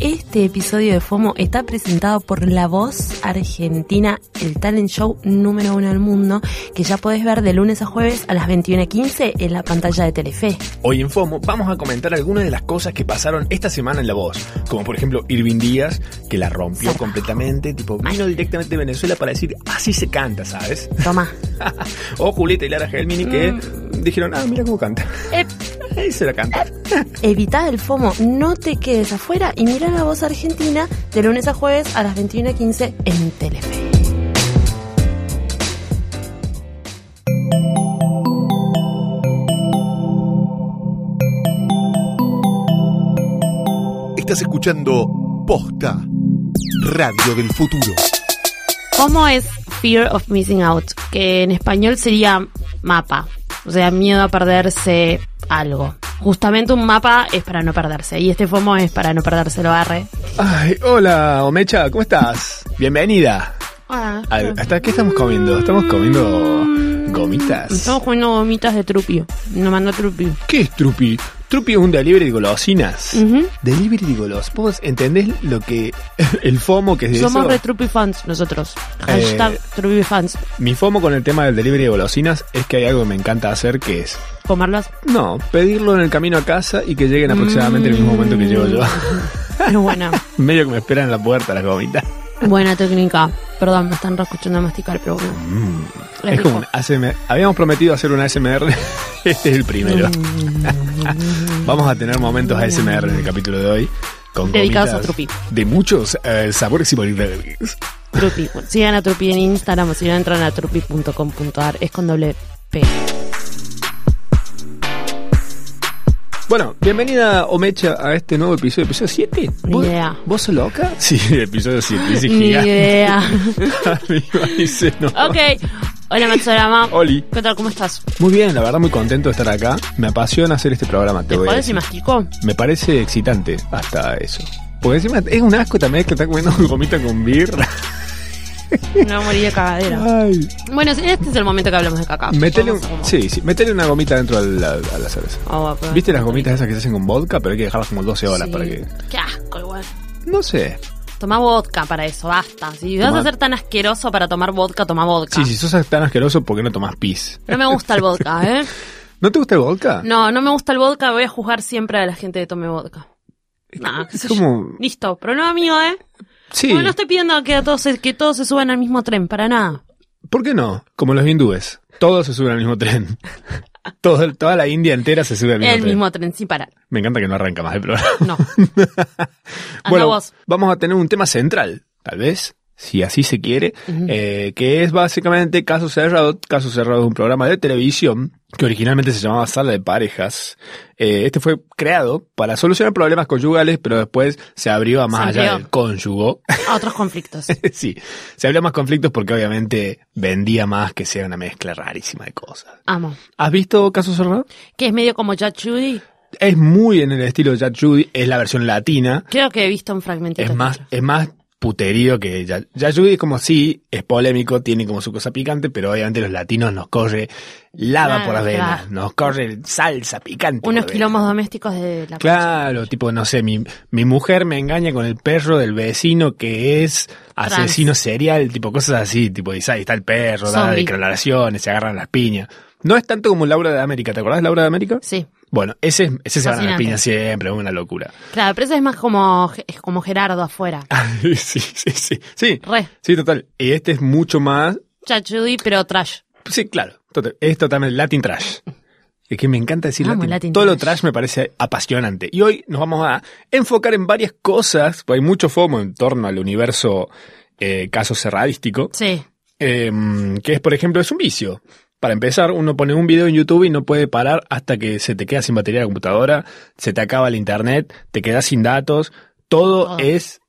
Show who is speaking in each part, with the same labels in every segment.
Speaker 1: Este episodio de FOMO está presentado por La Voz Argentina, el talent show número uno del mundo, que ya podés ver de lunes a jueves a las 21.15 en la pantalla de Telefe.
Speaker 2: Hoy en FOMO vamos a comentar algunas de las cosas que pasaron esta semana en La Voz, como por ejemplo Irving Díaz, que la rompió
Speaker 1: Zarpado.
Speaker 2: completamente, tipo vino directamente de Venezuela para decir, así se canta, ¿sabes?
Speaker 1: Toma.
Speaker 2: o Julieta y Lara Gelmini que
Speaker 1: Mm.
Speaker 2: dijeron, ah, mira cómo canta.
Speaker 1: Ep.
Speaker 2: Ahí se la canta.
Speaker 1: Evita el FOMO, no te quedes afuera y mira La Voz Argentina de lunes a jueves a las 21.15 en Telefe.
Speaker 3: Estás escuchando Posta, Radio del Futuro.
Speaker 1: FOMO es Fear of Missing Out, que en español sería mapa, o sea, miedo a perderse algo. Justamente un mapa es para no perderse y este FOMO es para no perdérselo, arre.
Speaker 2: Ay, hola, Omecha, ¿cómo estás? Bienvenida.
Speaker 1: Ah.
Speaker 2: A ver, ¿Hasta qué estamos comiendo? Estamos comiendo gomitas.
Speaker 1: Mm, Estamos comiendo gomitas de trupio. Nos mandó trupio.
Speaker 2: ¿Qué es Trupi? Trupi es un delivery de golosinas.
Speaker 1: Ujú.
Speaker 2: Delivery de golosinas. ¿Vos entendés lo que... el FOMO que es
Speaker 1: Somos
Speaker 2: eso?
Speaker 1: re trupi fans nosotros.
Speaker 2: Eh.
Speaker 1: Hashtag trupi fans.
Speaker 2: Mi FOMO con el tema del delivery de golosinas es que hay algo que me encanta hacer que es...
Speaker 1: Comerlas.
Speaker 2: No, pedirlo en el camino a casa y que lleguen aproximadamente en el mismo momento que llego yo.
Speaker 1: Mm. Pero buena.
Speaker 2: Medio que me esperan en la puerta las gomitas.
Speaker 1: buena técnica. Perdón, me están re escuchando masticar, pero bueno.
Speaker 2: Mm. Es,
Speaker 1: rico.
Speaker 2: como un ASMR. Habíamos prometido hacer una ASMR. Este es el primero.
Speaker 1: Mm.
Speaker 2: Vamos a tener momentos ASMR en el capítulo de hoy. Con
Speaker 1: Dedicados a
Speaker 2: gomitas
Speaker 1: Trupi.
Speaker 2: De muchos eh, sabores y variedades.
Speaker 1: Trupi. Bueno, Sigan a Trupi en Instagram o si no entran a trupi.com.ar. Es con doble P.
Speaker 2: Bueno, bienvenida Omecha a este nuevo episodio, episodio 7.
Speaker 1: Ni
Speaker 2: ¿Vos,
Speaker 1: idea.
Speaker 2: ¿Vos sos loca? Sí, episodio 7, dice
Speaker 1: Ni
Speaker 2: gigante.
Speaker 1: idea.
Speaker 2: Arriba dice no.
Speaker 1: ok. Hola, Matsorama.
Speaker 2: Oli.
Speaker 1: ¿Qué tal? ¿Cómo estás?
Speaker 2: Muy bien, la verdad muy contento de estar acá. Me apasiona hacer este programa, te,
Speaker 1: ¿Te
Speaker 2: voy a
Speaker 1: jodes y
Speaker 2: decir.
Speaker 1: mastico?
Speaker 2: Me parece excitante hasta eso. Porque encima es un asco también que está comiendo gomita con birra.
Speaker 1: Una morilla cagadera.
Speaker 2: Ay.
Speaker 1: Bueno, este es el momento que hablamos de caca.
Speaker 2: Metele un,
Speaker 1: Vamos a comer.
Speaker 2: sí, sí, metele una gomita dentro a la, a la cerveza.
Speaker 1: Ah, bueno, pues.
Speaker 2: ¿Viste las gomitas esas que se hacen con vodka? Pero hay que dejarlas como 12 horas
Speaker 1: Sí.
Speaker 2: para que...
Speaker 1: Qué asco, igual.
Speaker 2: No sé.
Speaker 1: Tomá vodka para eso, basta. Si vas
Speaker 2: Tomá-
Speaker 1: a ser tan asqueroso para tomar vodka, toma vodka.
Speaker 2: Sí, si sos tan asqueroso, ¿por qué no tomás pis?
Speaker 1: No me gusta el vodka, ¿eh?
Speaker 2: ¿No te gusta el vodka?
Speaker 1: No, no me gusta el vodka. Voy a juzgar siempre a la gente que tome vodka. Nah, qué
Speaker 2: Es
Speaker 1: sé
Speaker 2: como...
Speaker 1: yo. Listo, pero no, amigo, ¿eh?
Speaker 2: Sí,
Speaker 1: Bueno, no estoy pidiendo que, a todos, se- que todos se suban al mismo tren, para nada.
Speaker 2: ¿por qué no? Como los hindúes. Todos se suben al mismo tren. Todo, toda la India entera se sube al mismo
Speaker 1: el
Speaker 2: tren.
Speaker 1: mismo tren, sin parar.
Speaker 2: Me encanta que no arranca más el programa.
Speaker 1: No. Anda
Speaker 2: bueno,
Speaker 1: vos.
Speaker 2: vamos a tener un tema central, tal vez, si así se quiere, eh, que es básicamente Caso Cerrado. Caso Cerrado es un programa de televisión que originalmente se llamaba Sala de Parejas. Eh, este fue creado para solucionar problemas conyugales, pero después se abrió a más
Speaker 1: Se
Speaker 2: allá
Speaker 1: amplió.
Speaker 2: del cónyugo.
Speaker 1: A otros conflictos.
Speaker 2: sí, se abrió a más conflictos porque obviamente vendía más que sea una mezcla rarísima de cosas.
Speaker 1: Amo.
Speaker 2: ¿Has visto Caso Cerrado?
Speaker 1: Que es medio como ya Judy.
Speaker 2: Es muy en el estilo de Jack Judy, es la versión latina.
Speaker 1: Creo que he visto un fragmentito.
Speaker 2: Es más,
Speaker 1: tuyo.
Speaker 2: es más puterío que ya, ya Judy es como sí, es polémico, tiene como su cosa picante, pero obviamente los latinos nos corre lava
Speaker 1: Claro,
Speaker 2: por las venas,
Speaker 1: claro.
Speaker 2: nos corre salsa picante.
Speaker 1: Unos
Speaker 2: por las
Speaker 1: quilombos domésticos de la
Speaker 2: venas. Claro, tipo, no sé, mi, mi mujer me engaña con el perro del vecino que es asesino serial, tipo cosas así, tipo, y ahí está el perro, da
Speaker 1: Zombie.
Speaker 2: declaraciones, se agarran las piñas. No es tanto como Laura de América, ¿te acordás de Laura de América?
Speaker 1: Sí.
Speaker 2: Bueno, ese, es- ese se agarran las
Speaker 1: Fascinante.
Speaker 2: piñas siempre, una locura.
Speaker 1: Claro, pero eso es más como, es como Gerardo afuera.
Speaker 2: Ah. sí, sí, sí, sí.
Speaker 1: Re.
Speaker 2: Sí, total. Y este es mucho más.
Speaker 1: Ya Judy, pero trash.
Speaker 2: Sí, claro. Total. Es totalmente Latin trash. Es que me encanta decir
Speaker 1: Amo
Speaker 2: Latin.
Speaker 1: Latin
Speaker 2: Todo lo
Speaker 1: trash.
Speaker 2: trash me parece apasionante. Y hoy nos vamos a enfocar en varias cosas. porque hay mucho fomo en torno al universo eh, caso cerradístico.
Speaker 1: Sí.
Speaker 2: eh, que es, por ejemplo, es un vicio. Para empezar, uno pone un video en YouTube y no puede parar hasta que se te queda sin batería la computadora, se te acaba el internet, te quedas sin datos. Todo
Speaker 1: Todo.
Speaker 2: es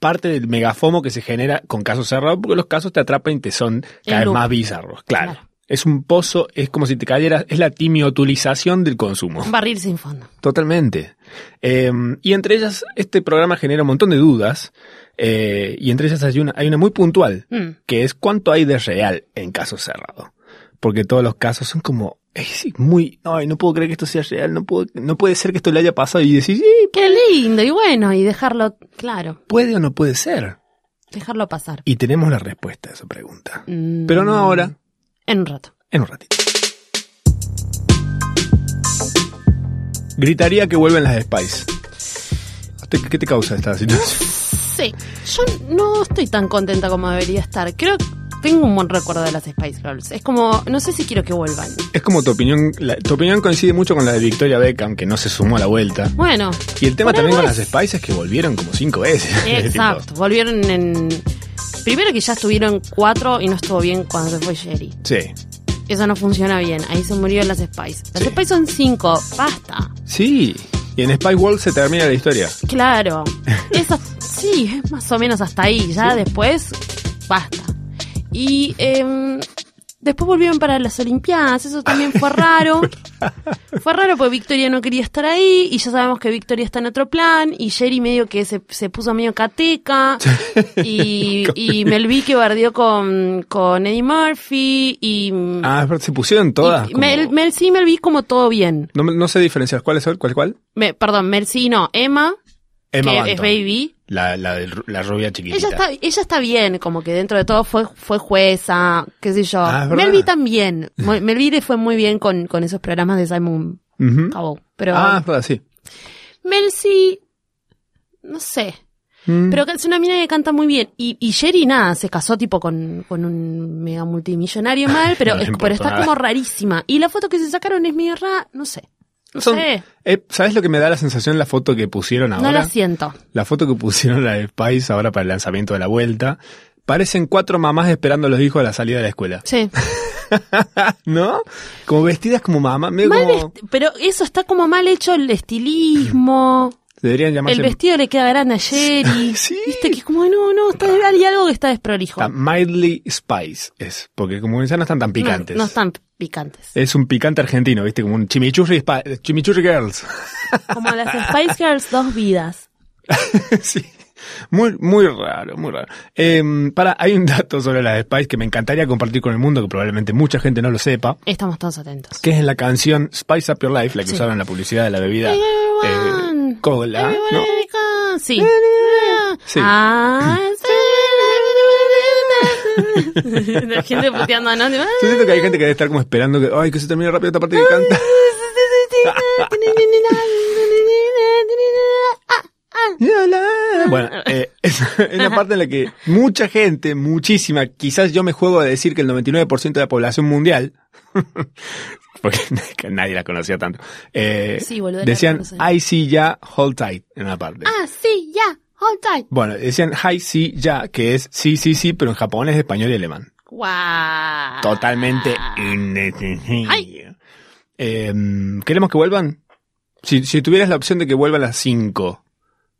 Speaker 2: parte del megafomo que se genera con casos cerrados, porque los casos te atrapan y te son cada vez
Speaker 1: loop.
Speaker 2: más bizarros. Claro.
Speaker 1: Claro.
Speaker 2: Es un pozo, es como si te cayeras, es la timiotulización del consumo.
Speaker 1: Un barril sin fondo.
Speaker 2: Totalmente. Eh, y entre ellas, este programa genera un montón de dudas, eh, y entre ellas hay una, hay una muy puntual,
Speaker 1: Mm.
Speaker 2: que es cuánto hay de real en caso cerrado. Porque todos los casos son como, es muy, ay, no puedo creer que esto sea real, no puedo, no puede ser que esto le haya pasado y decís, sí,
Speaker 1: Qué lindo, y bueno, y dejarlo, claro,
Speaker 2: puede o no puede ser.
Speaker 1: dejarlo pasar.
Speaker 2: Y tenemos la respuesta a esa pregunta.
Speaker 1: Mm,
Speaker 2: Pero no ahora,
Speaker 1: En un rato.
Speaker 2: en un ratito. Gritaría que vuelven las Spice. ¿A usted ¿Qué te causa esta situación?
Speaker 1: Sí, yo no estoy tan contenta como debería estar. Creo que tengo un buen recuerdo de las Spice Girls. Es como, no sé si quiero que vuelvan.
Speaker 2: Es como tu opinión, la- tu opinión coincide mucho con la de Victoria Beckham, que no se sumó a la vuelta.
Speaker 1: Bueno,
Speaker 2: Y el tema
Speaker 1: Por
Speaker 2: también
Speaker 1: algo
Speaker 2: con las
Speaker 1: es.
Speaker 2: Spice es que volvieron como cinco veces.
Speaker 1: exacto. Volvieron en... Primero que ya estuvieron cuatro y no estuvo bien cuando se fue Sherry.
Speaker 2: Tipo, sí.
Speaker 1: Eso no funciona bien. Ahí se murió las Spice. Las
Speaker 2: Sí.
Speaker 1: Spice son cinco. Basta.
Speaker 2: Sí. Y en Spice World se termina la historia.
Speaker 1: Claro. Eso, sí, es más o menos hasta ahí. Ya después, basta. Y em, después volvieron para las Olimpiadas. Eso también fue raro. Fue raro porque Victoria no quería estar ahí. Y ya sabemos que Victoria está en otro plan. Y Jerry medio que se, se puso medio cateca. Y, y Melví que bardeó con, con Eddie Murphy. Y.
Speaker 2: Ah, es verdad, se pusieron todas.
Speaker 1: y
Speaker 2: como-
Speaker 1: Mel, Mel sí, Melví como todo bien.
Speaker 2: no, no sé diferenciar. ¿Cuál es cuál? ¿Cuál? cuál?
Speaker 1: Me- perdón, Mel sí, no. Emma,
Speaker 2: Emma
Speaker 1: que es
Speaker 2: Banton.
Speaker 1: Baby.
Speaker 2: La, la, del- la rubia chiquitita.
Speaker 1: Ella está, ella está bien, como que dentro de todo fue, fue jueza, qué sé yo.
Speaker 2: Ah, es verdad.
Speaker 1: Melvi también. Mo- Melvi le fue muy bien con, con esos programas de Simon
Speaker 2: Ujú.
Speaker 1: Cowell. Pero
Speaker 2: Ah, es verdad, sí.
Speaker 1: Mel sí, no sé.
Speaker 2: Mm.
Speaker 1: Pero es una mina que canta muy bien. Y, y Jerry, nada, se casó tipo con, con un mega multimillonario mal, pero,
Speaker 2: No le
Speaker 1: es-
Speaker 2: importó
Speaker 1: pero está
Speaker 2: nada.
Speaker 1: como rarísima. Y la foto que se sacaron es medio rara, no sé. No
Speaker 2: Son-
Speaker 1: sé,
Speaker 2: Eh, ¿Sabes lo que me da la sensación la foto que pusieron ahora?
Speaker 1: no la siento.
Speaker 2: La foto que pusieron la de Spice ahora para el lanzamiento de la vuelta. Parecen cuatro mamás esperando a los hijos a la salida de la escuela.
Speaker 1: Sí.
Speaker 2: ¿No? Como vestidas como mamá. medio
Speaker 1: Mal
Speaker 2: como-
Speaker 1: vest- pero eso está como mal hecho el estilismo.
Speaker 2: Deberían llamarse
Speaker 1: El vestido le queda grande a Jerry.
Speaker 2: Sí.
Speaker 1: Viste que es como, no, no, está, hay algo que está desprolijo.
Speaker 2: Ah, Mildly Spice es, porque como ya no están tan picantes.
Speaker 1: No, no están picantes.
Speaker 2: Es un picante argentino, ¿viste? Como un chimichurri, spa- chimichurri girls.
Speaker 1: Como las Spice Girls, dos vidas.
Speaker 2: sí. Muy, muy raro, muy raro. Em, para, hay un dato sobre las Spice que me encantaría compartir con el mundo, que probablemente mucha gente no lo sepa,
Speaker 1: Estamos todos atentos.
Speaker 2: que es en la canción Spice Up Your Life, la que
Speaker 1: Sí.
Speaker 2: usaron en la publicidad de la bebida
Speaker 1: Everyone.
Speaker 2: eh, cola,
Speaker 1: Everyone
Speaker 2: ¿no?
Speaker 1: in the car. Sí.
Speaker 2: Sí.
Speaker 1: Ah, La gente puteando a Nando.
Speaker 2: Yo siento que hay gente que debe estar como esperando que, ay, que se termine rápido esta parte que canta.
Speaker 1: Ah,
Speaker 2: Bueno, eh, es, es la parte en la que mucha gente, muchísima, quizás yo me juego a decir que el 99% de la población mundial, porque que nadie la conocía tanto, eh,
Speaker 1: Sí, boludo, la
Speaker 2: decían,
Speaker 1: conocí.
Speaker 2: I see ya, hold tight, en una parte.
Speaker 1: Ah, sí, ya. Hold tight.
Speaker 2: Bueno, decían, hi, sí, ya, que es sí, sí, sí, pero en japonés, español y alemán.
Speaker 1: Wow.
Speaker 2: Totalmente innecesario.
Speaker 1: Ay.
Speaker 2: Eh, ¿Queremos que vuelvan? Si, si tuvieras la opción de que vuelvan las 5,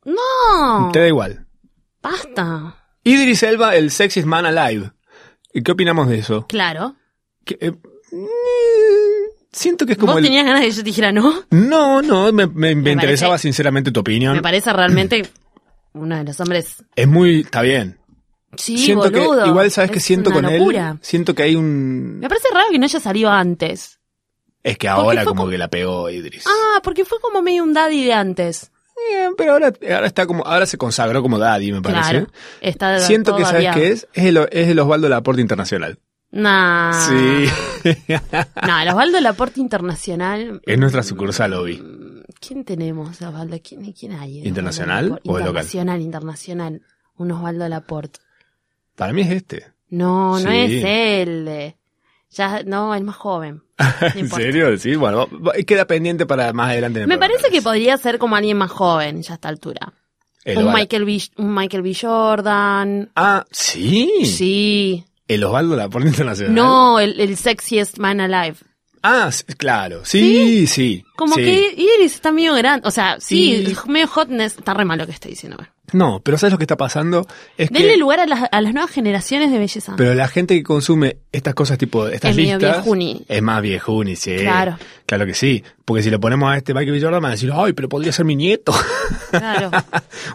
Speaker 1: No.
Speaker 2: te da igual.
Speaker 1: Oh, Basta.
Speaker 2: Idris Elba, el sexiest man alive. ¿Y ¿Qué opinamos de eso?
Speaker 1: Claro.
Speaker 2: Que, eh, mm, siento que es como
Speaker 1: Vos
Speaker 2: el...
Speaker 1: tenías ganas de que yo te dijera no.
Speaker 2: No, no, me, me- me
Speaker 1: Me
Speaker 2: interesaba
Speaker 1: parece-
Speaker 2: sinceramente tu
Speaker 1: Me
Speaker 2: opinión.
Speaker 1: parece realmente uno de los hombres.
Speaker 2: Es muy... Está bien.
Speaker 1: Sí,
Speaker 2: siento
Speaker 1: boludo.
Speaker 2: que... Igual, ¿sabes
Speaker 1: Es
Speaker 2: qué siento
Speaker 1: una
Speaker 2: con
Speaker 1: locura.
Speaker 2: él? Siento que hay un...
Speaker 1: Me parece raro que no haya salido antes.
Speaker 2: Es que ahora
Speaker 1: fue
Speaker 2: como
Speaker 1: co-
Speaker 2: que la pegó Idris.
Speaker 1: Ah, porque fue como medio un daddy de antes.
Speaker 2: Eh, pero ahora, ahora está como... Ahora se consagró como daddy, me parece.
Speaker 1: Claro. Está
Speaker 2: Siento que, ¿sabes
Speaker 1: todavía-
Speaker 2: qué es? Es el, es el Osvaldo Laporte Internacional.
Speaker 1: Nah.
Speaker 2: Sí.
Speaker 1: Nah, el Osvaldo Laporte Internacional.
Speaker 2: es nuestra sucursal, Obi.
Speaker 1: Mm, ¿Quién tenemos, Osvaldo? ¿Quién, quién hay? en
Speaker 2: ¿Internacional
Speaker 1: Osvaldo Laporte?
Speaker 2: o el local?
Speaker 1: Internacional, internacional. Un Osvaldo Laporte.
Speaker 2: Para mí es este.
Speaker 1: No, no
Speaker 2: Sí.
Speaker 1: es él. eh. Ya, no, el más joven. No
Speaker 2: ¿En
Speaker 1: importa.
Speaker 2: serio? Sí, bueno, va- queda pendiente para más adelante. en el
Speaker 1: Me
Speaker 2: programa,
Speaker 1: parece que
Speaker 2: tal vez.
Speaker 1: podría ser como alguien más joven ya a esta altura.
Speaker 2: El
Speaker 1: Un
Speaker 2: Oval-
Speaker 1: Michael, B, un Michael B. Jordan.
Speaker 2: Ah, sí.
Speaker 1: Sí.
Speaker 2: El Osvaldo Laporte Internacional.
Speaker 1: No, el, el sexiest man alive.
Speaker 2: Ah, s- claro. Sí, sí.
Speaker 1: Como
Speaker 2: sí.
Speaker 1: que Iris está medio grande. O sea, sí,
Speaker 2: Y-
Speaker 1: medio hotness. Está re malo que está diciendo. bueno.
Speaker 2: No, pero ¿sabes lo que está pasando? Es
Speaker 1: Denle
Speaker 2: que.
Speaker 1: lugar a las, a las nuevas generaciones de belleza.
Speaker 2: Pero la gente que consume estas cosas, tipo estas
Speaker 1: Es medio
Speaker 2: listas.
Speaker 1: viejuni.
Speaker 2: Es más viejuni, sí.
Speaker 1: Claro.
Speaker 2: Claro que sí. Porque si le ponemos a este Michael B. Jordan, van a decir, ay, pero podría ser mi nieto.
Speaker 1: Claro.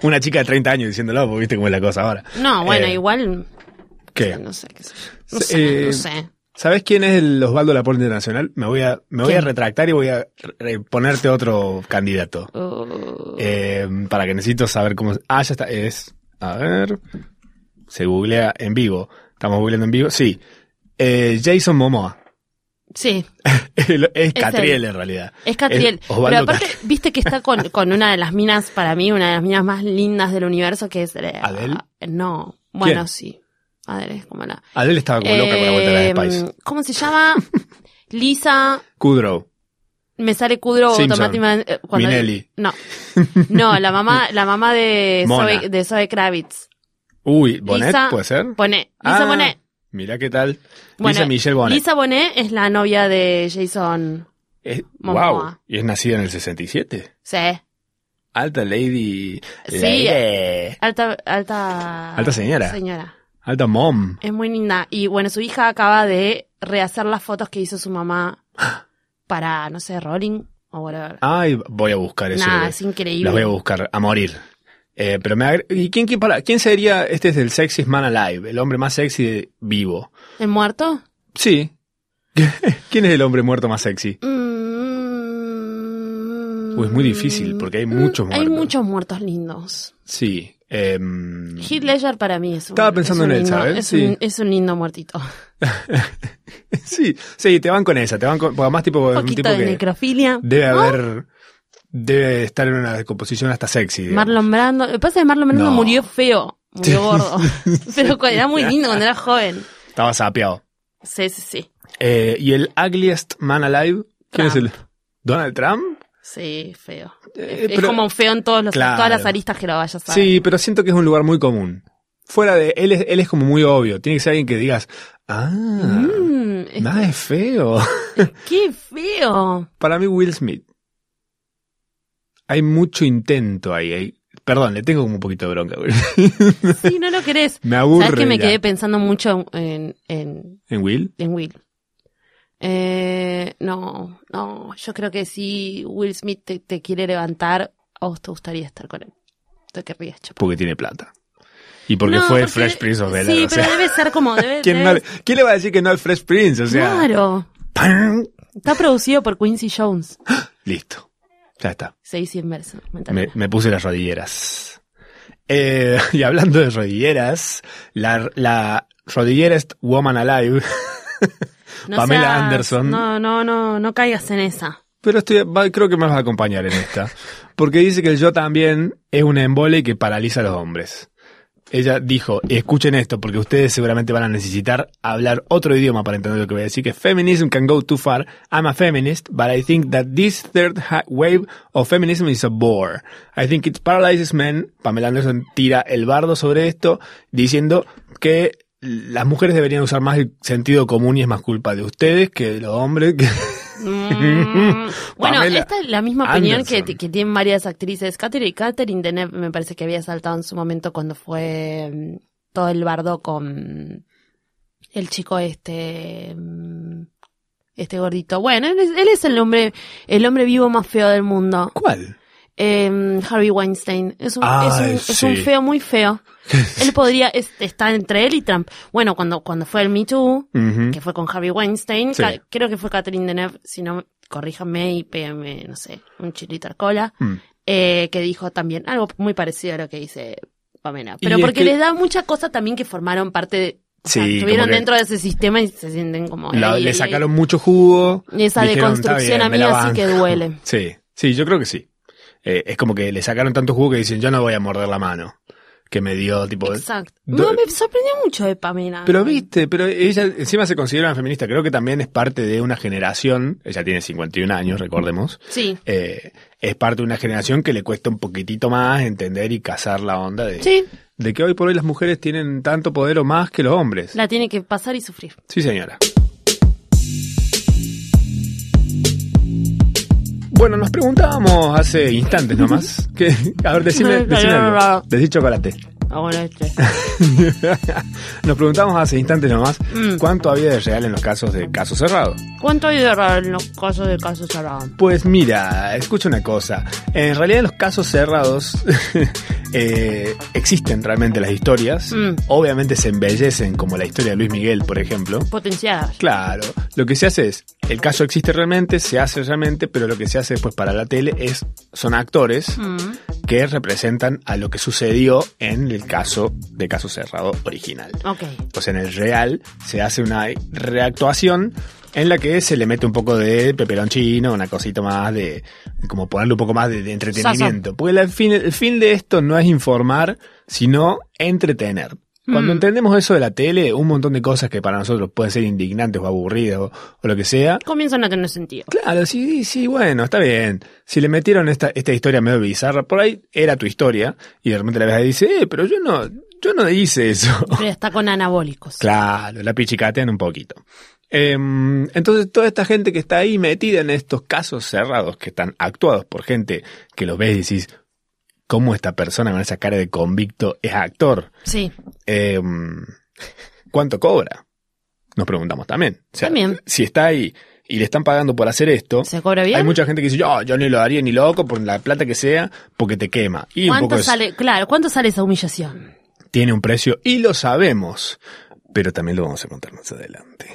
Speaker 2: Una chica de 30 años diciéndolo, porque viste cómo es la cosa ahora.
Speaker 1: No, bueno,
Speaker 2: Eh,
Speaker 1: igual.
Speaker 2: ¿Qué?
Speaker 1: No sé, qué sé yo. No
Speaker 2: Se-
Speaker 1: sé,
Speaker 2: eh,
Speaker 1: no sé.
Speaker 2: ¿Sabes quién es el Osvaldo Laporte Internacional? Me voy a, me voy a
Speaker 1: ¿Quién?
Speaker 2: retractar y voy a re- ponerte otro candidato.
Speaker 1: Uh,
Speaker 2: Eh, para que necesito saber cómo. Ah, ya está. Es. A ver. Se googlea en vivo. Estamos googleando en vivo. Sí. Eh, Jason Momoa.
Speaker 1: sí,
Speaker 2: El-
Speaker 1: él.
Speaker 2: es Catriel en realidad.
Speaker 1: es Catriel.
Speaker 2: Es Osvaldo
Speaker 1: Pero aparte, viste que está con, con una de las minas, para mí, una de las minas más lindas del universo, que es... eh,
Speaker 2: ¿Adele?
Speaker 1: No, bueno,
Speaker 2: ¿Quién?
Speaker 1: sí. Adele es como la...
Speaker 2: Adele estaba como loca con la vuelta de las
Speaker 1: Eh,
Speaker 2: Spice.
Speaker 1: ¿Cómo se llama? Lisa,
Speaker 2: Kudrow.
Speaker 1: me sale Kudrow
Speaker 2: Simpson.
Speaker 1: automáticamente... eh, cuando-
Speaker 2: Minelli.
Speaker 1: No, no, la mamá, la mamá de
Speaker 2: Mona.
Speaker 1: Zoe, de Zoe Kravitz.
Speaker 2: Uy, Bonet,
Speaker 1: Lisa-
Speaker 2: ¿puede ser?
Speaker 1: Bonet, Lisa
Speaker 2: Ah,
Speaker 1: Bonet.
Speaker 2: Mirá qué tal.
Speaker 1: Bueno,
Speaker 2: Lisa Michelle Bonet.
Speaker 1: Lisa Bonet es la novia de Jason.
Speaker 2: Es-
Speaker 1: Momoa.
Speaker 2: wow. Y es nacida en el 67.
Speaker 1: Sí.
Speaker 2: Alta lady.
Speaker 1: Sí.
Speaker 2: Lady.
Speaker 1: Alta, alta.
Speaker 2: Alta señora.
Speaker 1: Señora.
Speaker 2: Alta mom.
Speaker 1: Es muy linda. Y bueno, su hija acaba de rehacer las fotos que hizo su mamá para, no sé, Rolling o whatever.
Speaker 2: Ay, voy a buscar eso.
Speaker 1: Nada, es increíble.
Speaker 2: Los voy a buscar, a morir. Eh, pero me agre- ¿Y quién, quién, para, quién sería este es el sexiest man alive? El hombre más sexy de- vivo.
Speaker 1: ¿El muerto?
Speaker 2: Sí. ¿Quién es el hombre muerto más sexy?
Speaker 1: Mm.
Speaker 2: Uy, es muy difícil, porque hay muchos
Speaker 1: Hay
Speaker 2: muertos.
Speaker 1: muchos muertos lindos.
Speaker 2: Sí. em,
Speaker 1: Heath Ledger para mí es un
Speaker 2: Estaba pensando
Speaker 1: es un
Speaker 2: en él,
Speaker 1: lindo-
Speaker 2: ¿sabes?
Speaker 1: Es,
Speaker 2: Sí.
Speaker 1: un, es un lindo muertito.
Speaker 2: sí, sí, te van con esa, te van con, porque además tipo,
Speaker 1: Un
Speaker 2: es un
Speaker 1: poquito
Speaker 2: tipo
Speaker 1: de
Speaker 2: que
Speaker 1: necrofilia.
Speaker 2: debe haber, debe estar en una composición hasta sexy. digamos.
Speaker 1: Marlon Brando. Lo que pasa es que Marlon Brando
Speaker 2: No.
Speaker 1: murió feo, murió gordo. Pero cu- era muy lindo cuando era joven.
Speaker 2: Estaba sapeado.
Speaker 1: Sí, sí, sí.
Speaker 2: Eh, ¿Y el ugliest man alive? ¿Quién es el?
Speaker 1: Trump.
Speaker 2: ¿Donald Trump?
Speaker 1: Sí, feo.
Speaker 2: Eh,
Speaker 1: es
Speaker 2: pero-
Speaker 1: como feo en todos los,
Speaker 2: Claro.
Speaker 1: todas las aristas que lo vayas a ver.
Speaker 2: Sí, pero siento que es un lugar muy común. Fuera de él es, él es como muy obvio. Tiene que ser alguien que digas, ah,
Speaker 1: Mm, es-
Speaker 2: nada es feo.
Speaker 1: qué feo.
Speaker 2: Para mí Will Smith. Hay mucho intento ahí. hay- Perdón, le tengo como un poquito de bronca. Will.
Speaker 1: Sí, no lo querés.
Speaker 2: me
Speaker 1: Sabes
Speaker 2: aburre.
Speaker 1: que me
Speaker 2: ya.
Speaker 1: quedé pensando mucho en, en,
Speaker 2: ¿En Will?
Speaker 1: en Will. Eh, no, no, yo creo que si Will Smith te, te quiere levantar, a vos te gustaría estar con él. Te querrías chupar.
Speaker 2: Porque tiene plata. Y porque
Speaker 1: No,
Speaker 2: fue
Speaker 1: porque-
Speaker 2: Fresh Prince of Bel-Air.
Speaker 1: Sí,
Speaker 2: o
Speaker 1: pero
Speaker 2: sea,
Speaker 1: debe ser como. Debe,
Speaker 2: ¿quién,
Speaker 1: debe-
Speaker 2: no le, quién le va a decir que no es Fresh Prince? O sea,
Speaker 1: Claro.
Speaker 2: ¡pam!
Speaker 1: Está producido por Quincy Jones.
Speaker 2: listo. Ya está.
Speaker 1: Se dice inverso.
Speaker 2: Me, me puse las rodilleras. Eh, y hablando de rodilleras, la, la rodillerest woman alive. Pamela Anderson.
Speaker 1: No, no, no, no caigas en esa.
Speaker 2: Pero estoy, va- creo que me vas a acompañar en esta. Porque dice que el yo también es un embole que paraliza a los hombres. Ella dijo, escuchen esto, porque ustedes seguramente van a necesitar hablar otro idioma para entender lo que voy a decir, que feminism can go too far. I'm a feminist, but I think that this third ha- wave of feminism is a bore. I think it paralyzes men. Pamela Anderson tira el bardo sobre esto, diciendo que las mujeres deberían usar más el sentido común y es más culpa de ustedes que de los hombres. que-
Speaker 1: Mm. bueno,
Speaker 2: Pamela
Speaker 1: esta es la misma opinión que,
Speaker 2: Anderson.
Speaker 1: que tienen varias actrices. Catherine, Catherine Deneuve me parece que había saltado en su momento cuando fue mm, todo el bardo con el chico este. mm, Este gordito. Bueno, él es, él es el hombre, el hombre vivo más feo del mundo.
Speaker 2: ¿Cuál?
Speaker 1: eh, Harvey Weinstein. Es un,
Speaker 2: Ah,
Speaker 1: es un-
Speaker 2: sí.
Speaker 1: es un feo muy feo. él podría, es- está entre él y Trump. Bueno, cuando, cuando fue el Me Too,
Speaker 2: Ujú.
Speaker 1: que fue con Harvey Weinstein,
Speaker 2: Sí.
Speaker 1: ca- creo que fue Catherine Deneuve, si no, corríjame y pégame, no sé, un chilito al cola,
Speaker 2: Mm.
Speaker 1: eh, que dijo también algo muy parecido a lo que dice Pamela.
Speaker 2: Y
Speaker 1: Pero
Speaker 2: es
Speaker 1: porque
Speaker 2: que-
Speaker 1: les da mucha cosa también que formaron parte de, o sea,
Speaker 2: Sí,
Speaker 1: estuvieron
Speaker 2: como que-
Speaker 1: dentro de ese sistema y se sienten como...
Speaker 2: La-
Speaker 1: "Ey,
Speaker 2: le
Speaker 1: ey,
Speaker 2: sacaron mucho jugo.
Speaker 1: ey". Esa
Speaker 2: Dijeron, "Está
Speaker 1: deconstrucción
Speaker 2: bien,
Speaker 1: a
Speaker 2: me
Speaker 1: mí
Speaker 2: la
Speaker 1: así que
Speaker 2: banco".
Speaker 1: duele.
Speaker 2: Sí, sí, yo creo que sí. Eh, es como que le sacaron tanto jugo que dicen, yo no voy a morder la mano. Que me dio tipo...
Speaker 1: Exacto.
Speaker 2: Pues,
Speaker 1: No,
Speaker 2: do-
Speaker 1: me sorprendió mucho de Pamela.
Speaker 2: Pero viste, pero ella encima se considera una feminista. Creo que también es parte de una generación, ella tiene 51 años, recordemos,
Speaker 1: Sí.
Speaker 2: eh, es parte de una generación que le cuesta un poquitito más entender y cazar la onda de,
Speaker 1: Sí,
Speaker 2: de que hoy por hoy las mujeres tienen tanto poder o más que los hombres.
Speaker 1: la tiene que pasar y sufrir.
Speaker 2: Sí, señora. Bueno, nos preguntábamos hace instantes nomás. Que, a ver, decime, decime algo. Decí chocolate.
Speaker 1: Ah, bueno, este.
Speaker 2: Nos preguntamos hace instantes nomás
Speaker 1: Mm.
Speaker 2: cuánto había de real en los casos de caso cerrado.
Speaker 1: ¿Cuánto hay de raro en los casos de caso cerrado?
Speaker 2: Pues mira, escucha una cosa. En realidad los casos cerrados eh, existen realmente las historias.
Speaker 1: Mm.
Speaker 2: Obviamente se embellecen como la historia de Luis Miguel, por ejemplo.
Speaker 1: Potenciadas.
Speaker 2: Claro, lo que se hace es, el caso existe realmente, se hace realmente, pero lo que se hace después para la tele es, son actores
Speaker 1: Mm.
Speaker 2: que representan a lo que sucedió en el caso de caso cerrado original.
Speaker 1: Ok.
Speaker 2: Pues en el real se hace una reactuación en la que se le mete un poco de peperoncino, una cosita más de, como ponerle un poco más de, de entretenimiento. Porque la- el fin, el fin de esto no es informar, sino entretener. Cuando
Speaker 1: Mm.
Speaker 2: entendemos eso de la tele, un montón de cosas que para nosotros pueden ser indignantes o aburridas o, o lo que sea.
Speaker 1: Comienzan a tener sentido.
Speaker 2: Claro, sí, sí, bueno, está bien. Si le metieron esta, esta historia medio bizarra, por ahí era tu historia, y de repente la ves y dice, eh, pero yo no, yo no hice eso.
Speaker 1: Pero está con anabólicos.
Speaker 2: Claro, la pichicatean un poquito. Em, entonces, toda esta gente que está ahí metida en estos casos cerrados, que están actuados por gente que los ves y decís, ¿cómo esta persona con esa cara de convicto es actor?
Speaker 1: Sí.
Speaker 2: Em, ¿Cuánto cobra? Nos preguntamos también. O sea,
Speaker 1: También.
Speaker 2: Si está ahí y le están pagando por hacer esto,
Speaker 1: ¿Se cobra
Speaker 2: hay
Speaker 1: bien?
Speaker 2: mucha gente que dice, "Oh, yo, yo ni lo haría ni loco por la plata que sea, porque te quema. Y un poco
Speaker 1: ¿Cuánto
Speaker 2: es-
Speaker 1: sale? Claro, ¿cuánto sale esa humillación?
Speaker 2: tiene un precio y lo sabemos, pero también lo vamos a contar más adelante.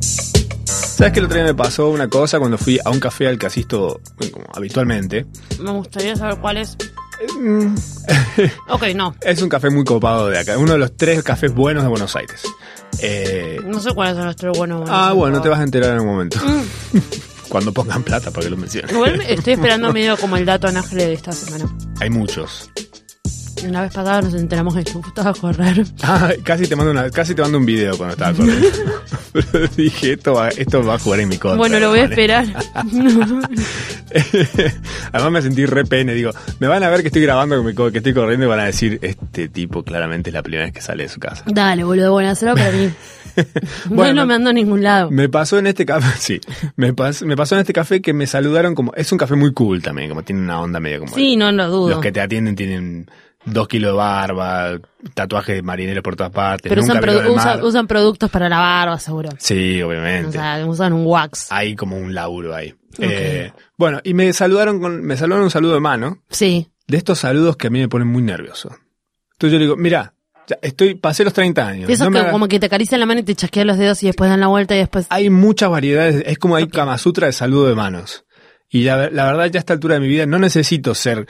Speaker 2: ¿Sabes que el otro día me pasó una cosa cuando fui a un café al que asisto bueno, como habitualmente?
Speaker 1: Me gustaría saber cuál es.
Speaker 2: Mm,
Speaker 1: Ok, no.
Speaker 2: Es un café muy copado de acá, uno de los tres cafés buenos de Buenos Aires. Eh,
Speaker 1: No sé cuáles son nuestros buenos. buenos.
Speaker 2: ah, bueno, te vas a enterar en un momento. Cuando pongan plata para que lo mencionen.
Speaker 1: Igual me- estoy esperando medio como el dato anájale de esta semana.
Speaker 2: Hay muchos.
Speaker 1: Una vez pasada nos enteramos que tú gustaba correr.
Speaker 2: Ah, casi te mando una, casi te mando un video cuando estaba corriendo. Pero dije, esto va, esto va a jugar en mi contra.
Speaker 1: Bueno, lo voy a
Speaker 2: ¿vale?
Speaker 1: esperar.
Speaker 2: Además me sentí re pene, digo, me van a ver que estoy grabando, que me co- que estoy corriendo y van a decir, este tipo claramente es la primera vez que sale de su casa.
Speaker 1: Dale, boludo, bueno, hazlo para mí.
Speaker 2: Bueno,
Speaker 1: no, no
Speaker 2: me-
Speaker 1: me ando a ningún lado.
Speaker 2: Me pasó en este café, sí, me, pas- me pasó en este café que me saludaron como, es un café muy cool también, como tiene una onda medio como...
Speaker 1: Sí, no lo dudo.
Speaker 2: Los que te atienden tienen dos kilos de barba, tatuajes marineros por todas partes,
Speaker 1: Pero usan,
Speaker 2: nunca vieron
Speaker 1: produ-
Speaker 2: el
Speaker 1: usan-
Speaker 2: mar.
Speaker 1: usan productos para la barba, seguro.
Speaker 2: Sí,
Speaker 1: O
Speaker 2: obviamente.
Speaker 1: sea, usan un wax.
Speaker 2: hay como un laburo ahí. Eh, bueno, y me saludaron con, me saludaron un saludo de mano,
Speaker 1: Sí.
Speaker 2: de estos saludos que a mí me ponen muy nervioso. Entonces yo le digo, mira, ya estoy, pasé los 30 años.
Speaker 1: De esos
Speaker 2: no me Ah.
Speaker 1: que
Speaker 2: hagas-
Speaker 1: como que te acarician la mano y te chasquean los dedos y después dan la vuelta y después...
Speaker 2: Hay muchas variedades, es como hay Kama Sutra de saludo de manos. Y la, ver- la verdad, ya a esta altura de mi vida no necesito ser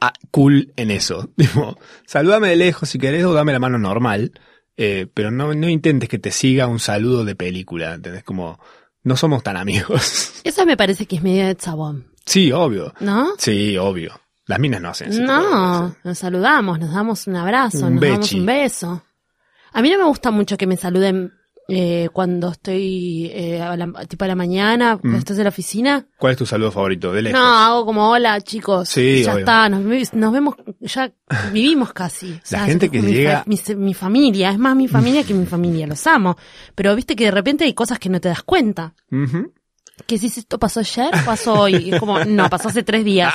Speaker 2: ah, cool en eso. Tipo, salúdame de lejos si querés o dame la mano normal, eh, pero no, no intentes que te siga un saludo de película, ¿entendés? Como, no somos tan amigos.
Speaker 1: Esa me parece que es medio de chabón,
Speaker 2: sí, obvio.
Speaker 1: ¿no?
Speaker 2: Sí, obvio. Las minas no hacen eso.
Speaker 1: No, nos saludamos, nos damos un abrazo,
Speaker 2: Un
Speaker 1: nos damos
Speaker 2: bechi.
Speaker 1: un beso. A mí no me gusta mucho que me saluden eh, cuando estoy eh, a la- tipo a la mañana, cuando
Speaker 2: Mm.
Speaker 1: estás en la oficina.
Speaker 2: ¿Cuál es tu saludo favorito? De lejos.
Speaker 1: No, hago como hola chicos.
Speaker 2: Sí,
Speaker 1: ya
Speaker 2: obvio.
Speaker 1: está, nos, vi- nos vemos, ya vivimos casi. O sea,
Speaker 2: gente
Speaker 1: yo-
Speaker 2: que
Speaker 1: mi fa-
Speaker 2: llega-
Speaker 1: Mi, se- mi familia, es más mi familia que mi familia, los amo. Pero viste que de repente hay cosas que no te das cuenta.
Speaker 2: Ujú.
Speaker 1: Que si esto pasó ayer, pasó hoy. Y es como, no, pasó hace tres días.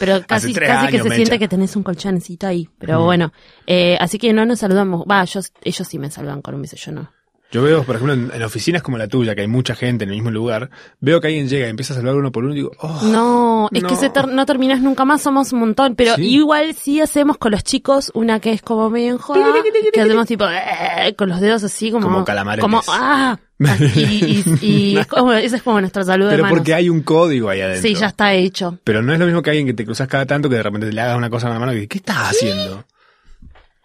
Speaker 1: Pero casi,
Speaker 2: tres
Speaker 1: casi que
Speaker 2: años,
Speaker 1: se
Speaker 2: Mecha. Mm.
Speaker 1: siente que tenés un colchoncito ahí. Pero bueno, eh, así que no nos saludamos. Va, yo, ellos sí me saludan con un beso, yo no.
Speaker 2: Yo veo, por ejemplo, en, en oficinas como la tuya, que hay mucha gente en el mismo lugar, veo que alguien llega y empieza a saludar uno por uno y digo, oh,
Speaker 1: No, es que
Speaker 2: No.
Speaker 1: se ter- no terminás nunca más, somos un montón. Pero
Speaker 2: Sí.
Speaker 1: igual sí hacemos con los chicos una que es como medio en joda, que hacemos tipo, eh, con los dedos así como...
Speaker 2: Como calamaretes.
Speaker 1: Como, ah. Y, y- y es como- ese es como nuestro saludo de
Speaker 2: pero
Speaker 1: manos.
Speaker 2: porque hay un código ahí adentro.
Speaker 1: Sí, ya está hecho.
Speaker 2: Pero no es lo mismo que alguien que te cruzas cada tanto que de repente le hagas una cosa en la mano que, ¿qué estás haciendo?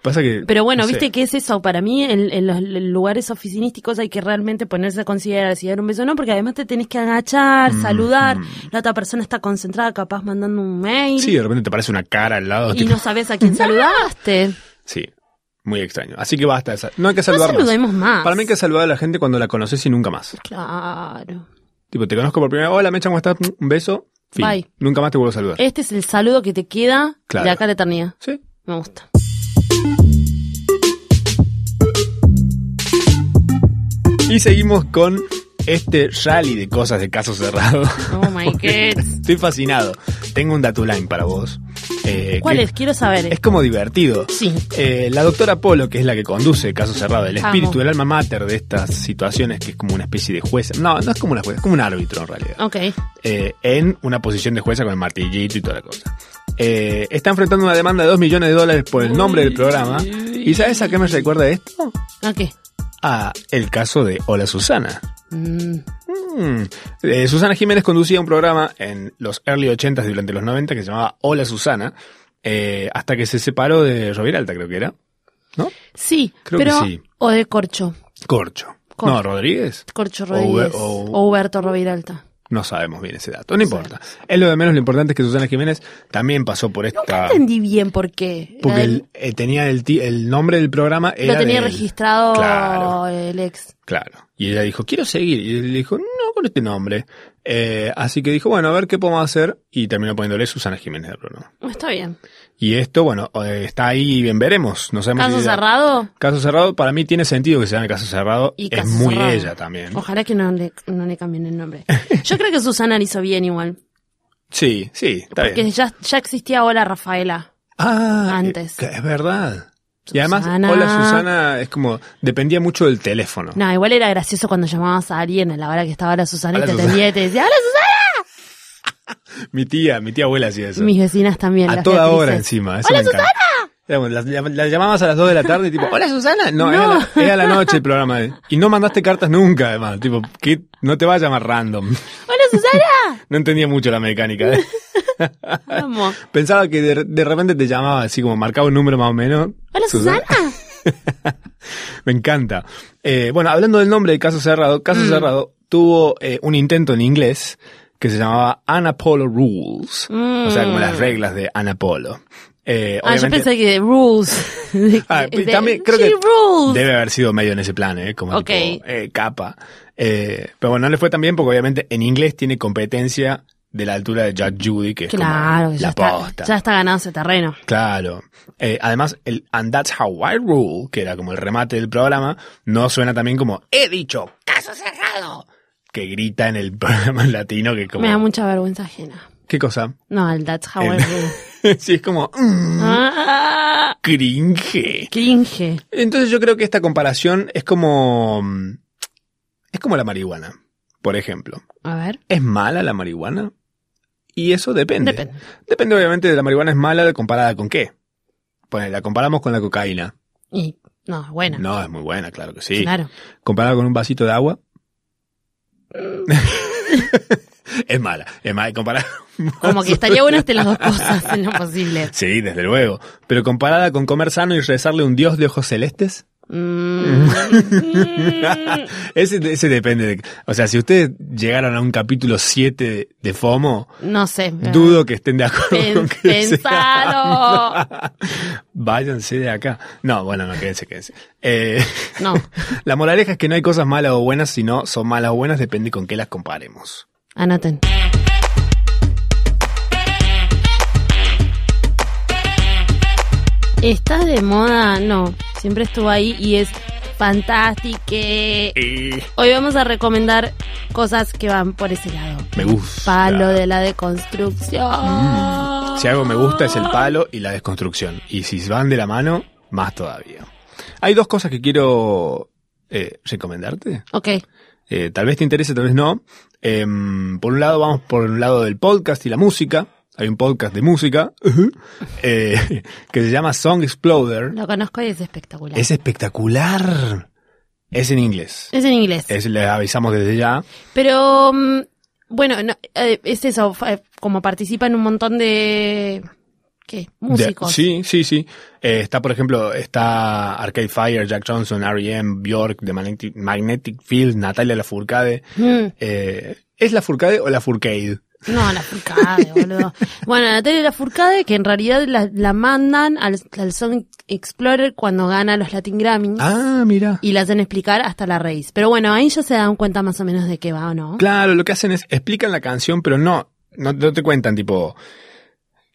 Speaker 2: Pasa que...
Speaker 1: Pero bueno,
Speaker 2: no sé.
Speaker 1: viste que es eso. Para mí, en, en los l- lugares oficinísticos hay que realmente ponerse a considerar si dar un beso o no, porque además te tenés que agachar,
Speaker 2: Mm,
Speaker 1: saludar. La otra persona está concentrada, capaz mandando un mail.
Speaker 2: Sí, de repente te parece una cara al lado.
Speaker 1: y
Speaker 2: tipo-
Speaker 1: no sabes a quién saludaste.
Speaker 2: Sí, muy extraño. Así que basta. de sal- No hay que
Speaker 1: No
Speaker 2: saludar más.
Speaker 1: saludemos más.
Speaker 2: Para mí hay que saludar a la gente cuando la conoces y nunca más.
Speaker 1: Claro.
Speaker 2: Tipo, te conozco por primera vez. Hola, Mecha, ¿cómo estás? Mm, Un beso. Fin.
Speaker 1: Bye.
Speaker 2: Nunca más te vuelvo a saludar.
Speaker 1: Este es el saludo que te queda
Speaker 2: Claro.
Speaker 1: de acá a la eternidad.
Speaker 2: Sí.
Speaker 1: Me gusta.
Speaker 2: Y seguimos con este rally de cosas de caso cerrado.
Speaker 1: Oh my
Speaker 2: Porque
Speaker 1: god.
Speaker 2: Estoy fascinado. tengo un dato line para vos. Eh,
Speaker 1: ¿Cuál
Speaker 2: que-
Speaker 1: es? Quiero saber. este.
Speaker 2: Es como divertido.
Speaker 1: Sí.
Speaker 2: Eh, la doctora Polo, que es la que conduce Caso Cerrado, el
Speaker 1: Amo.
Speaker 2: espíritu, el alma mater de estas situaciones, que es como una especie de jueza. No, no es como una jueza, es como un árbitro en realidad.
Speaker 1: Ok.
Speaker 2: Eh, en una posición de jueza con el martillito y toda la cosa. Eh, está enfrentando una demanda de 2 millones de dólares por el nombre del programa. ¿Y sabes a qué me recuerda esto?
Speaker 1: Ok.
Speaker 2: A el caso de Hola Susana.
Speaker 1: Mm,
Speaker 2: Mm. Eh, Susana Jiménez conducía un programa en los early 80s y durante los 90 que se llamaba Hola Susana, eh, hasta que se separó de Roviralta, creo que era. ¿No?
Speaker 1: Sí,
Speaker 2: Creo que
Speaker 1: pero.
Speaker 2: sí.
Speaker 1: O de Corcho.
Speaker 2: Corcho.
Speaker 1: Corcho.
Speaker 2: No, Rodríguez.
Speaker 1: Corcho Rodríguez.
Speaker 2: o-
Speaker 1: O Huberto Roviralta.
Speaker 2: No sabemos bien ese dato, no importa. Es lo de menos, lo importante es que Susana Jiménez también pasó por
Speaker 1: Nunca
Speaker 2: esta...
Speaker 1: entendí bien por qué.
Speaker 2: Porque
Speaker 1: Era
Speaker 2: el-
Speaker 1: el-
Speaker 2: eh, tenía el, ti- el nombre del programa... Era
Speaker 1: lo tenía
Speaker 2: de él.
Speaker 1: registrado
Speaker 2: Claro.
Speaker 1: el ex.
Speaker 2: Claro. Y ella dijo, quiero seguir. Y él dijo, no, con este nombre. Eh, así que dijo, bueno, a ver qué podemos hacer. Y terminó poniéndole Susana Jiménez al programa.
Speaker 1: Está bien.
Speaker 2: Y esto, bueno, eh, está ahí bien veremos. No sabemos
Speaker 1: Caso
Speaker 2: si-
Speaker 1: cerrado.
Speaker 2: Caso cerrado, para mí tiene sentido que se llame caso cerrado.
Speaker 1: Y
Speaker 2: es
Speaker 1: caso
Speaker 2: muy
Speaker 1: cerrado.
Speaker 2: ella también.
Speaker 1: Ojalá que no le, no le cambien el nombre. Yo creo que Susana lo hizo bien igual.
Speaker 2: Sí, sí, está
Speaker 1: Porque
Speaker 2: bien.
Speaker 1: ya, ya existía Hola Rafaela.
Speaker 2: Ah,
Speaker 1: antes.
Speaker 2: eh, Es verdad. Y además,
Speaker 1: Susana.
Speaker 2: hola Susana, es como, dependía mucho del teléfono.
Speaker 1: No, igual era gracioso cuando llamabas a alguien a la hora que estaba la Susana y
Speaker 2: Hola,
Speaker 1: te
Speaker 2: Susana.
Speaker 1: atendía y te decía ¡Hola Susana!
Speaker 2: Mi tía, mi tía abuela hacía eso.
Speaker 1: Mis vecinas también.
Speaker 2: a
Speaker 1: las
Speaker 2: toda
Speaker 1: Beatrices.
Speaker 2: hora encima. Eso
Speaker 1: ¡Hola,
Speaker 2: me encanta. Digamos, La, la- la llamabas a las 2 de la tarde y tipo, hola Susana. No, Era,
Speaker 1: No.
Speaker 2: la, era la noche el programa. eh. Y no mandaste cartas nunca, además. Tipo, que no te va a llamar random.
Speaker 1: ¡Hola Susana!
Speaker 2: No entendía mucho la mecánica. eh.
Speaker 1: Amo.
Speaker 2: Pensaba que de, de repente te llamaba así como marcaba un número más o menos.
Speaker 1: ¡Hola Susana!
Speaker 2: Me encanta. Eh, bueno, hablando del nombre de Caso Cerrado, Caso
Speaker 1: Mm.
Speaker 2: Cerrado tuvo eh, un intento en inglés que se llamaba Anapolo Rules. O sea, como las reglas de Anapolo. Eh,
Speaker 1: Mm. Ah, yo
Speaker 2: obviamente-
Speaker 1: pensé que rules. De-
Speaker 2: Ah, y
Speaker 1: Eh, de-
Speaker 2: también creo
Speaker 1: she
Speaker 2: que
Speaker 1: rules.
Speaker 2: debe haber sido medio en ese plan, ¿eh? Como
Speaker 1: Ok.
Speaker 2: tipo, eh, capa. Eh, pero bueno, no le fue tan bien porque obviamente en inglés tiene competencia de la altura de Judge Judy, que es
Speaker 1: Claro,
Speaker 2: como
Speaker 1: que ya
Speaker 2: la
Speaker 1: está,
Speaker 2: posta.
Speaker 1: ya está ganado ese terreno.
Speaker 2: Claro. Eh, además, el And That's How I Rule, que era como el remate del programa, no suena también como He dicho caso cerrado, que grita en el programa latino que como...
Speaker 1: Me da mucha vergüenza ajena.
Speaker 2: ¿Qué cosa?
Speaker 1: No, el That's How I
Speaker 2: El-
Speaker 1: Rule.
Speaker 2: sí, es como... mm,
Speaker 1: Ah,
Speaker 2: cringe.
Speaker 1: cringe.
Speaker 2: Entonces yo creo que esta comparación es como... mm, Es como la marihuana, por ejemplo.
Speaker 1: A ver.
Speaker 2: ¿Es mala la marihuana? Y eso depende.
Speaker 1: Depende.
Speaker 2: Depende obviamente de la marihuana es mala comparada con qué. Bueno, la comparamos con la cocaína.
Speaker 1: Y, no, es buena.
Speaker 2: No, es muy buena, claro que sí.
Speaker 1: Claro.
Speaker 2: comparada con un vasito de agua. es mala, es mala comparada.
Speaker 1: Como que estaría buena este las dos cosas en lo posible.
Speaker 2: Sí, desde luego. Pero comparada con comer sano y rezarle a un dios de ojos celestes,
Speaker 1: Mm. Mm.
Speaker 2: ese, ese depende. de- o sea, si ustedes llegaron a un capítulo 7 de, de FOMO,
Speaker 1: no sé.
Speaker 2: dudo que estén de acuerdo
Speaker 1: Pen-
Speaker 2: con que
Speaker 1: Pensalo.
Speaker 2: sea- Váyanse de acá. No, bueno, no, quédense, quédense. Eh,
Speaker 1: No.
Speaker 2: la moraleja es que no hay cosas malas o buenas, sino son malas o buenas, depende con qué las comparemos.
Speaker 1: Anoten. ¿Está de moda? No. Siempre estuvo ahí y es fantástico.
Speaker 2: Eh,
Speaker 1: Hoy vamos a recomendar cosas que van por ese lado.
Speaker 2: me gusta. Mm.
Speaker 1: Palo de la deconstrucción.
Speaker 2: Si algo me gusta es el palo y la desconstrucción. Y si van de la mano, más todavía. Hay dos cosas que quiero eh, recomendarte.
Speaker 1: Ok.
Speaker 2: Eh, tal vez te interese, tal vez no. Em, por un lado, vamos por un lado del podcast y la música. Hay un podcast de música ujú, eh, que se llama Song Exploder.
Speaker 1: Lo conozco y es espectacular.
Speaker 2: Es espectacular. Es en inglés.
Speaker 1: Es en inglés.
Speaker 2: Es, les avisamos desde ya.
Speaker 1: Pero, mm, bueno, no, eh, es eso, fa- eh, como participan un montón de... ¿Qué?
Speaker 2: De-
Speaker 1: Músicos.
Speaker 2: sí, sí, sí. Eh, está, por ejemplo, está Arcade Fire, Jack Johnson, R.E.M., Bjork, The Magnetic, Magnetic Field, Natalia Lafourcade.
Speaker 1: Mm,
Speaker 2: Eh, ¿Es Lafourcade o Lafourcade?
Speaker 1: no, la Furcade, boludo. Bueno, Natalia la Furcade, que en realidad la, la mandan al, al Song Explorer cuando gana los Latin Grammys.
Speaker 2: Ah, mira.
Speaker 1: Y la hacen explicar hasta la raíz. Pero bueno, ahí ya se dan cuenta más o menos de qué va o no.
Speaker 2: Claro, lo que hacen es explican la canción, pero no, no, no te cuentan, tipo,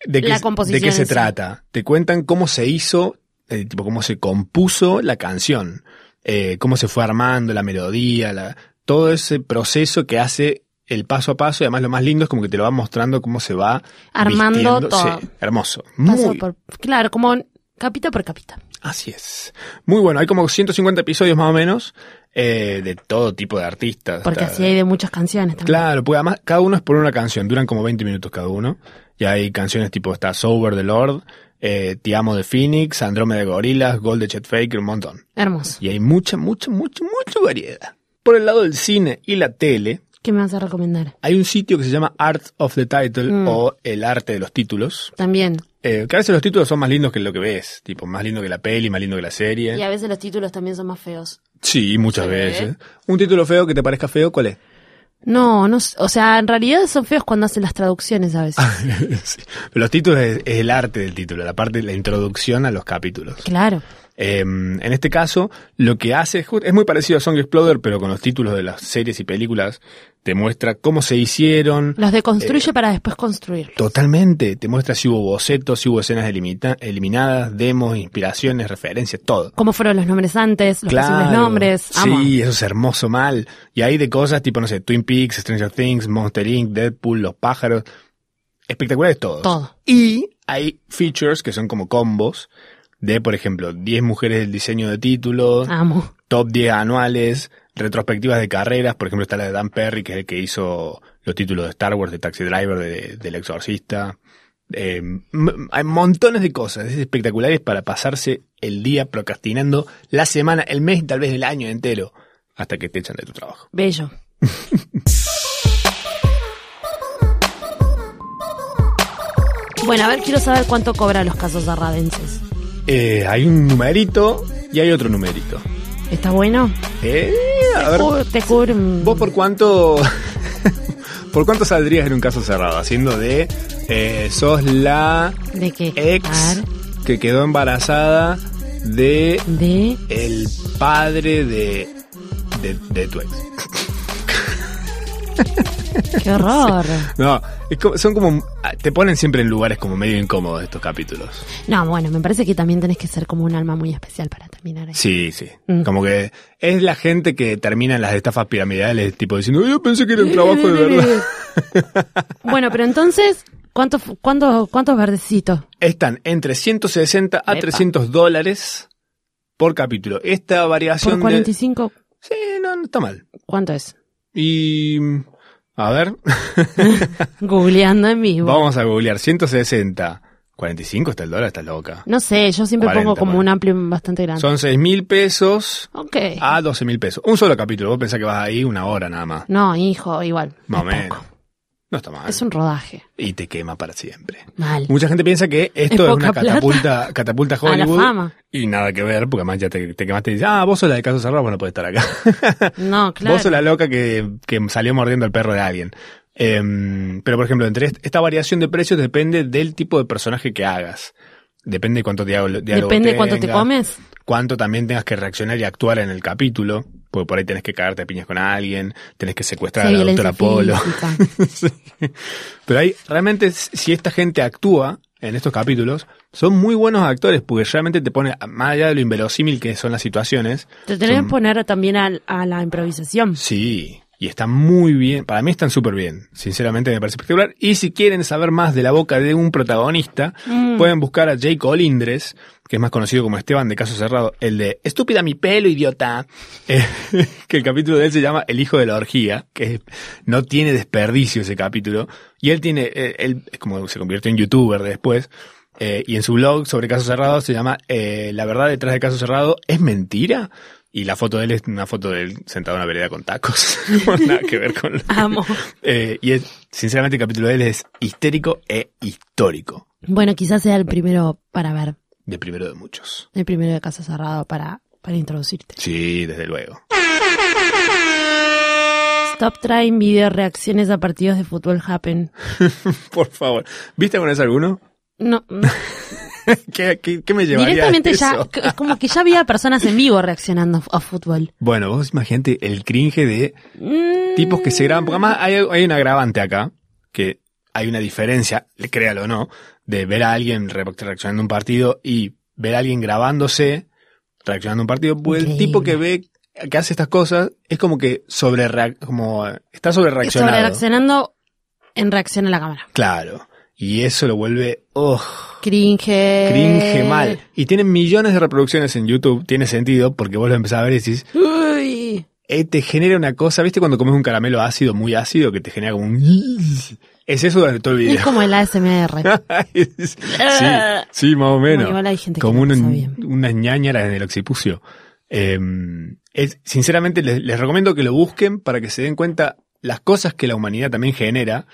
Speaker 2: de qué,
Speaker 1: La
Speaker 2: se-
Speaker 1: composición
Speaker 2: de qué se
Speaker 1: en sí.
Speaker 2: trata. Te cuentan cómo se hizo, eh, tipo, cómo se compuso la canción, eh, cómo se fue armando la melodía, la- todo ese proceso que hace el paso a paso y además lo más lindo es como que te lo va mostrando cómo se va
Speaker 1: Armando
Speaker 2: vistiendo.
Speaker 1: todo.
Speaker 2: Sí, hermoso.
Speaker 1: Paso
Speaker 2: Muy,
Speaker 1: por- claro, como capita por capita.
Speaker 2: Así es. Muy bueno, hay como 150 episodios más o menos eh, de todo tipo de artistas.
Speaker 1: Porque
Speaker 2: Hasta-
Speaker 1: así hay de muchas canciones también.
Speaker 2: Claro, pues además cada uno es por una canción, duran como 20 minutos cada uno. Y hay canciones tipo está Sober the Lord, eh, Te Amo de Phoenix, Andrómeda de Gorilas, Gold de Chet Faker, un montón.
Speaker 1: Hermoso.
Speaker 2: Y hay mucha, mucha, mucha, mucha variedad. Por el lado del cine y la tele,
Speaker 1: ¿Qué me vas a recomendar?
Speaker 2: hay un sitio que se llama Art of the Title
Speaker 1: Mm.
Speaker 2: o El Arte de los Títulos.
Speaker 1: También.
Speaker 2: Eh, que a veces los títulos son más lindos que lo que ves, tipo más lindo que la peli, más lindo que la serie.
Speaker 1: Y a veces los títulos también son más feos.
Speaker 2: Sí, muchas
Speaker 1: Sí.
Speaker 2: veces. Un título feo que te parezca feo, ¿cuál es?
Speaker 1: No, no, s- o sea, en realidad son feos cuando hacen las traducciones a
Speaker 2: Ah.
Speaker 1: veces.
Speaker 2: Sí. Los títulos es, es el arte del título, la parte de la introducción a los capítulos.
Speaker 1: claro.
Speaker 2: Eh, en este caso, lo que hace es, ju- es muy parecido a Song Exploder, pero con los títulos de las series y películas, te muestra cómo se hicieron.
Speaker 1: Los deconstruye
Speaker 2: Eh,
Speaker 1: para después construir.
Speaker 2: Totalmente, te muestra si hubo bocetos, si hubo escenas elimita- eliminadas, demos, inspiraciones, referencias, todo.
Speaker 1: ¿Cómo fueron los nombres antes? Los posibles nombres. Amo.
Speaker 2: Sí, eso es hermoso mal. Y hay de cosas tipo, no sé, Twin Peaks, Stranger Things, Monster Inc., Deadpool, Los Pájaros. Espectaculares todos.
Speaker 1: Todo.
Speaker 2: Y hay features que son como combos de, por ejemplo, 10 mujeres del diseño de títulos,
Speaker 1: Amo.
Speaker 2: top 10 anuales, retrospectivas de carreras. Por ejemplo, está la de Dan Perry, que es el que hizo los títulos de Star Wars, de Taxi Driver, de, del Exorcista. Eh, m- hay montones de cosas es espectaculares para pasarse el día procrastinando la semana, el mes y tal vez el año entero hasta que te echan de tu trabajo.
Speaker 1: Bello. bueno, a ver, quiero saber cuánto cobran los casos arradenses.
Speaker 2: Eh, hay un numerito y hay otro numerito.
Speaker 1: ¿Está bueno?
Speaker 2: Eh, a ver,
Speaker 1: Cur- te cubre, mm,
Speaker 2: ¿Vos por cuánto por cuánto saldrías en un caso cerrado? Haciendo de eh, sos la
Speaker 1: ¿De qué?
Speaker 2: ex
Speaker 1: Ar-
Speaker 2: que quedó embarazada de
Speaker 1: De...
Speaker 2: el padre de de, de tu ex.
Speaker 1: ¡Qué horror!
Speaker 2: No, es como- son como te ponen siempre en lugares como medio incómodos estos capítulos.
Speaker 1: No, bueno, me parece que también tenés que ser como un alma muy especial para terminar ahí.
Speaker 2: Sí, sí.
Speaker 1: Mm.
Speaker 2: Como que es la gente que termina en las estafas piramidales, tipo diciendo, yo pensé que era un trabajo de verdad.
Speaker 1: bueno, pero entonces, ¿cuánto, fu- cuánto- ¿cuántos verdecitos?
Speaker 2: Están entre 160 a
Speaker 1: Epa.
Speaker 2: 300 dólares por capítulo. Esta variación
Speaker 1: ¿Por
Speaker 2: de-
Speaker 1: 45?
Speaker 2: Sí, no, no está mal.
Speaker 1: ¿Cuánto es?
Speaker 2: Y... mm, A ver,
Speaker 1: Googleando en vivo.
Speaker 2: Vamos a googlear. 160. 45 está el dólar, está loca.
Speaker 1: No sé, yo siempre
Speaker 2: 40,
Speaker 1: pongo como
Speaker 2: bueno.
Speaker 1: un amplio bastante grande.
Speaker 2: Son 6 mil pesos
Speaker 1: Ok.
Speaker 2: a 12 mil pesos. Un solo capítulo. Vos pensás que vas ahí una hora nada más.
Speaker 1: No, hijo, igual.
Speaker 2: Más o
Speaker 1: es
Speaker 2: menos.
Speaker 1: poco.
Speaker 2: No está mal.
Speaker 1: Es un rodaje.
Speaker 2: Y te quema para siempre.
Speaker 1: Mal.
Speaker 2: Mucha gente piensa que esto
Speaker 1: Es
Speaker 2: es,
Speaker 1: poca
Speaker 2: una
Speaker 1: plata.
Speaker 2: catapulta, catapulta
Speaker 1: A la
Speaker 2: Hollywood.
Speaker 1: fama.
Speaker 2: Y nada que ver, porque además ya te, te quemaste y dices, ah, vos sos la de caso cerrado, bueno, podés estar acá.
Speaker 1: No, claro.
Speaker 2: Vos sos la loca que, que salió mordiendo al perro de alguien. Em, pero, por ejemplo, entre est- esta variación de precios depende del tipo de personaje que hagas. Depende de cuánto diálogo, diálogo
Speaker 1: Depende de cuánto te
Speaker 2: tengas,
Speaker 1: comes.
Speaker 2: Cuánto también tengas que reaccionar y actuar en el capítulo. Porque por ahí tenés que cagarte a piñas con alguien, tenés que secuestrar
Speaker 1: Sí,
Speaker 2: al
Speaker 1: violencia
Speaker 2: doctor Polo.
Speaker 1: física.
Speaker 2: Pero ahí, realmente, s- si esta gente actúa en estos capítulos, son muy buenos actores porque realmente te pone, más allá de lo inverosímil que son las situaciones,
Speaker 1: Te tenés
Speaker 2: Son-
Speaker 1: que poner también al- a, la improvisación.
Speaker 2: Sí, y están muy bien. Para mí están súper bien. Sinceramente me parece espectacular. Y si quieren saber más de la boca de un protagonista,
Speaker 1: Mm.
Speaker 2: pueden buscar a Jake Olindres, que es más conocido como Esteban de Caso Cerrado, el de Estúpida mi pelo, idiota. Eh, que el capítulo de él se llama El hijo de la orgía, que no tiene desperdicio ese capítulo. Y él tiene, eh, él es como se convirtió en youtuber después. eh, y en su blog sobre Caso Cerrado se llama eh, La verdad detrás de Caso Cerrado es mentira. Y la foto de él es una foto de él sentado en una vereda con tacos. No, Nada que ver con...
Speaker 1: Amo.
Speaker 2: Eh, y es, sinceramente el capítulo de él es histérico e histórico.
Speaker 1: Bueno, quizás sea el primero para ver.
Speaker 2: De primero de muchos.
Speaker 1: El primero de Casa Cerrado para, para introducirte.
Speaker 2: Sí, desde luego.
Speaker 1: Stop trying video reacciones a partidos de fútbol happen.
Speaker 2: Por favor. ¿Viste alguna vez alguno?
Speaker 1: No, no.
Speaker 2: ¿Qué, qué- qué me llevaría a
Speaker 1: directamente ya,
Speaker 2: eso?
Speaker 1: que- es como que ya había personas en vivo reaccionando a fútbol.
Speaker 2: Bueno, vos imagínate el cringe de
Speaker 1: Mm,
Speaker 2: tipos que se graban. Porque además hay, hay un agravante acá, que hay una diferencia, créalo o no, de ver a alguien re- reaccionando a un partido y ver a alguien grabándose reaccionando a un partido. Porque el
Speaker 1: Increíble.
Speaker 2: tipo que ve que hace estas cosas es como que sobre rea- como eh, está sobre reaccionado.
Speaker 1: Sobre reaccionando en reacción a la cámara.
Speaker 2: Claro. Y eso lo vuelve oh,
Speaker 1: Cringe.
Speaker 2: Eh. cringe mal. Y tiene millones de reproducciones en YouTube, tiene sentido, porque vos lo empezás a ver y decís,
Speaker 1: Uy.
Speaker 2: eh, te genera una cosa, ¿viste cuando comes un caramelo ácido, muy ácido, que te genera como un... Es eso durante todo el
Speaker 1: Es
Speaker 2: video.
Speaker 1: como el ASMR.
Speaker 2: sí, sí, más o menos.
Speaker 1: Bueno, igual hay gente que
Speaker 2: como una,
Speaker 1: no sabe bien.
Speaker 2: unas ñañaras en el occipucio. Eh, es- sinceramente, les, les recomiendo que lo busquen para que se den cuenta las cosas que la humanidad también genera,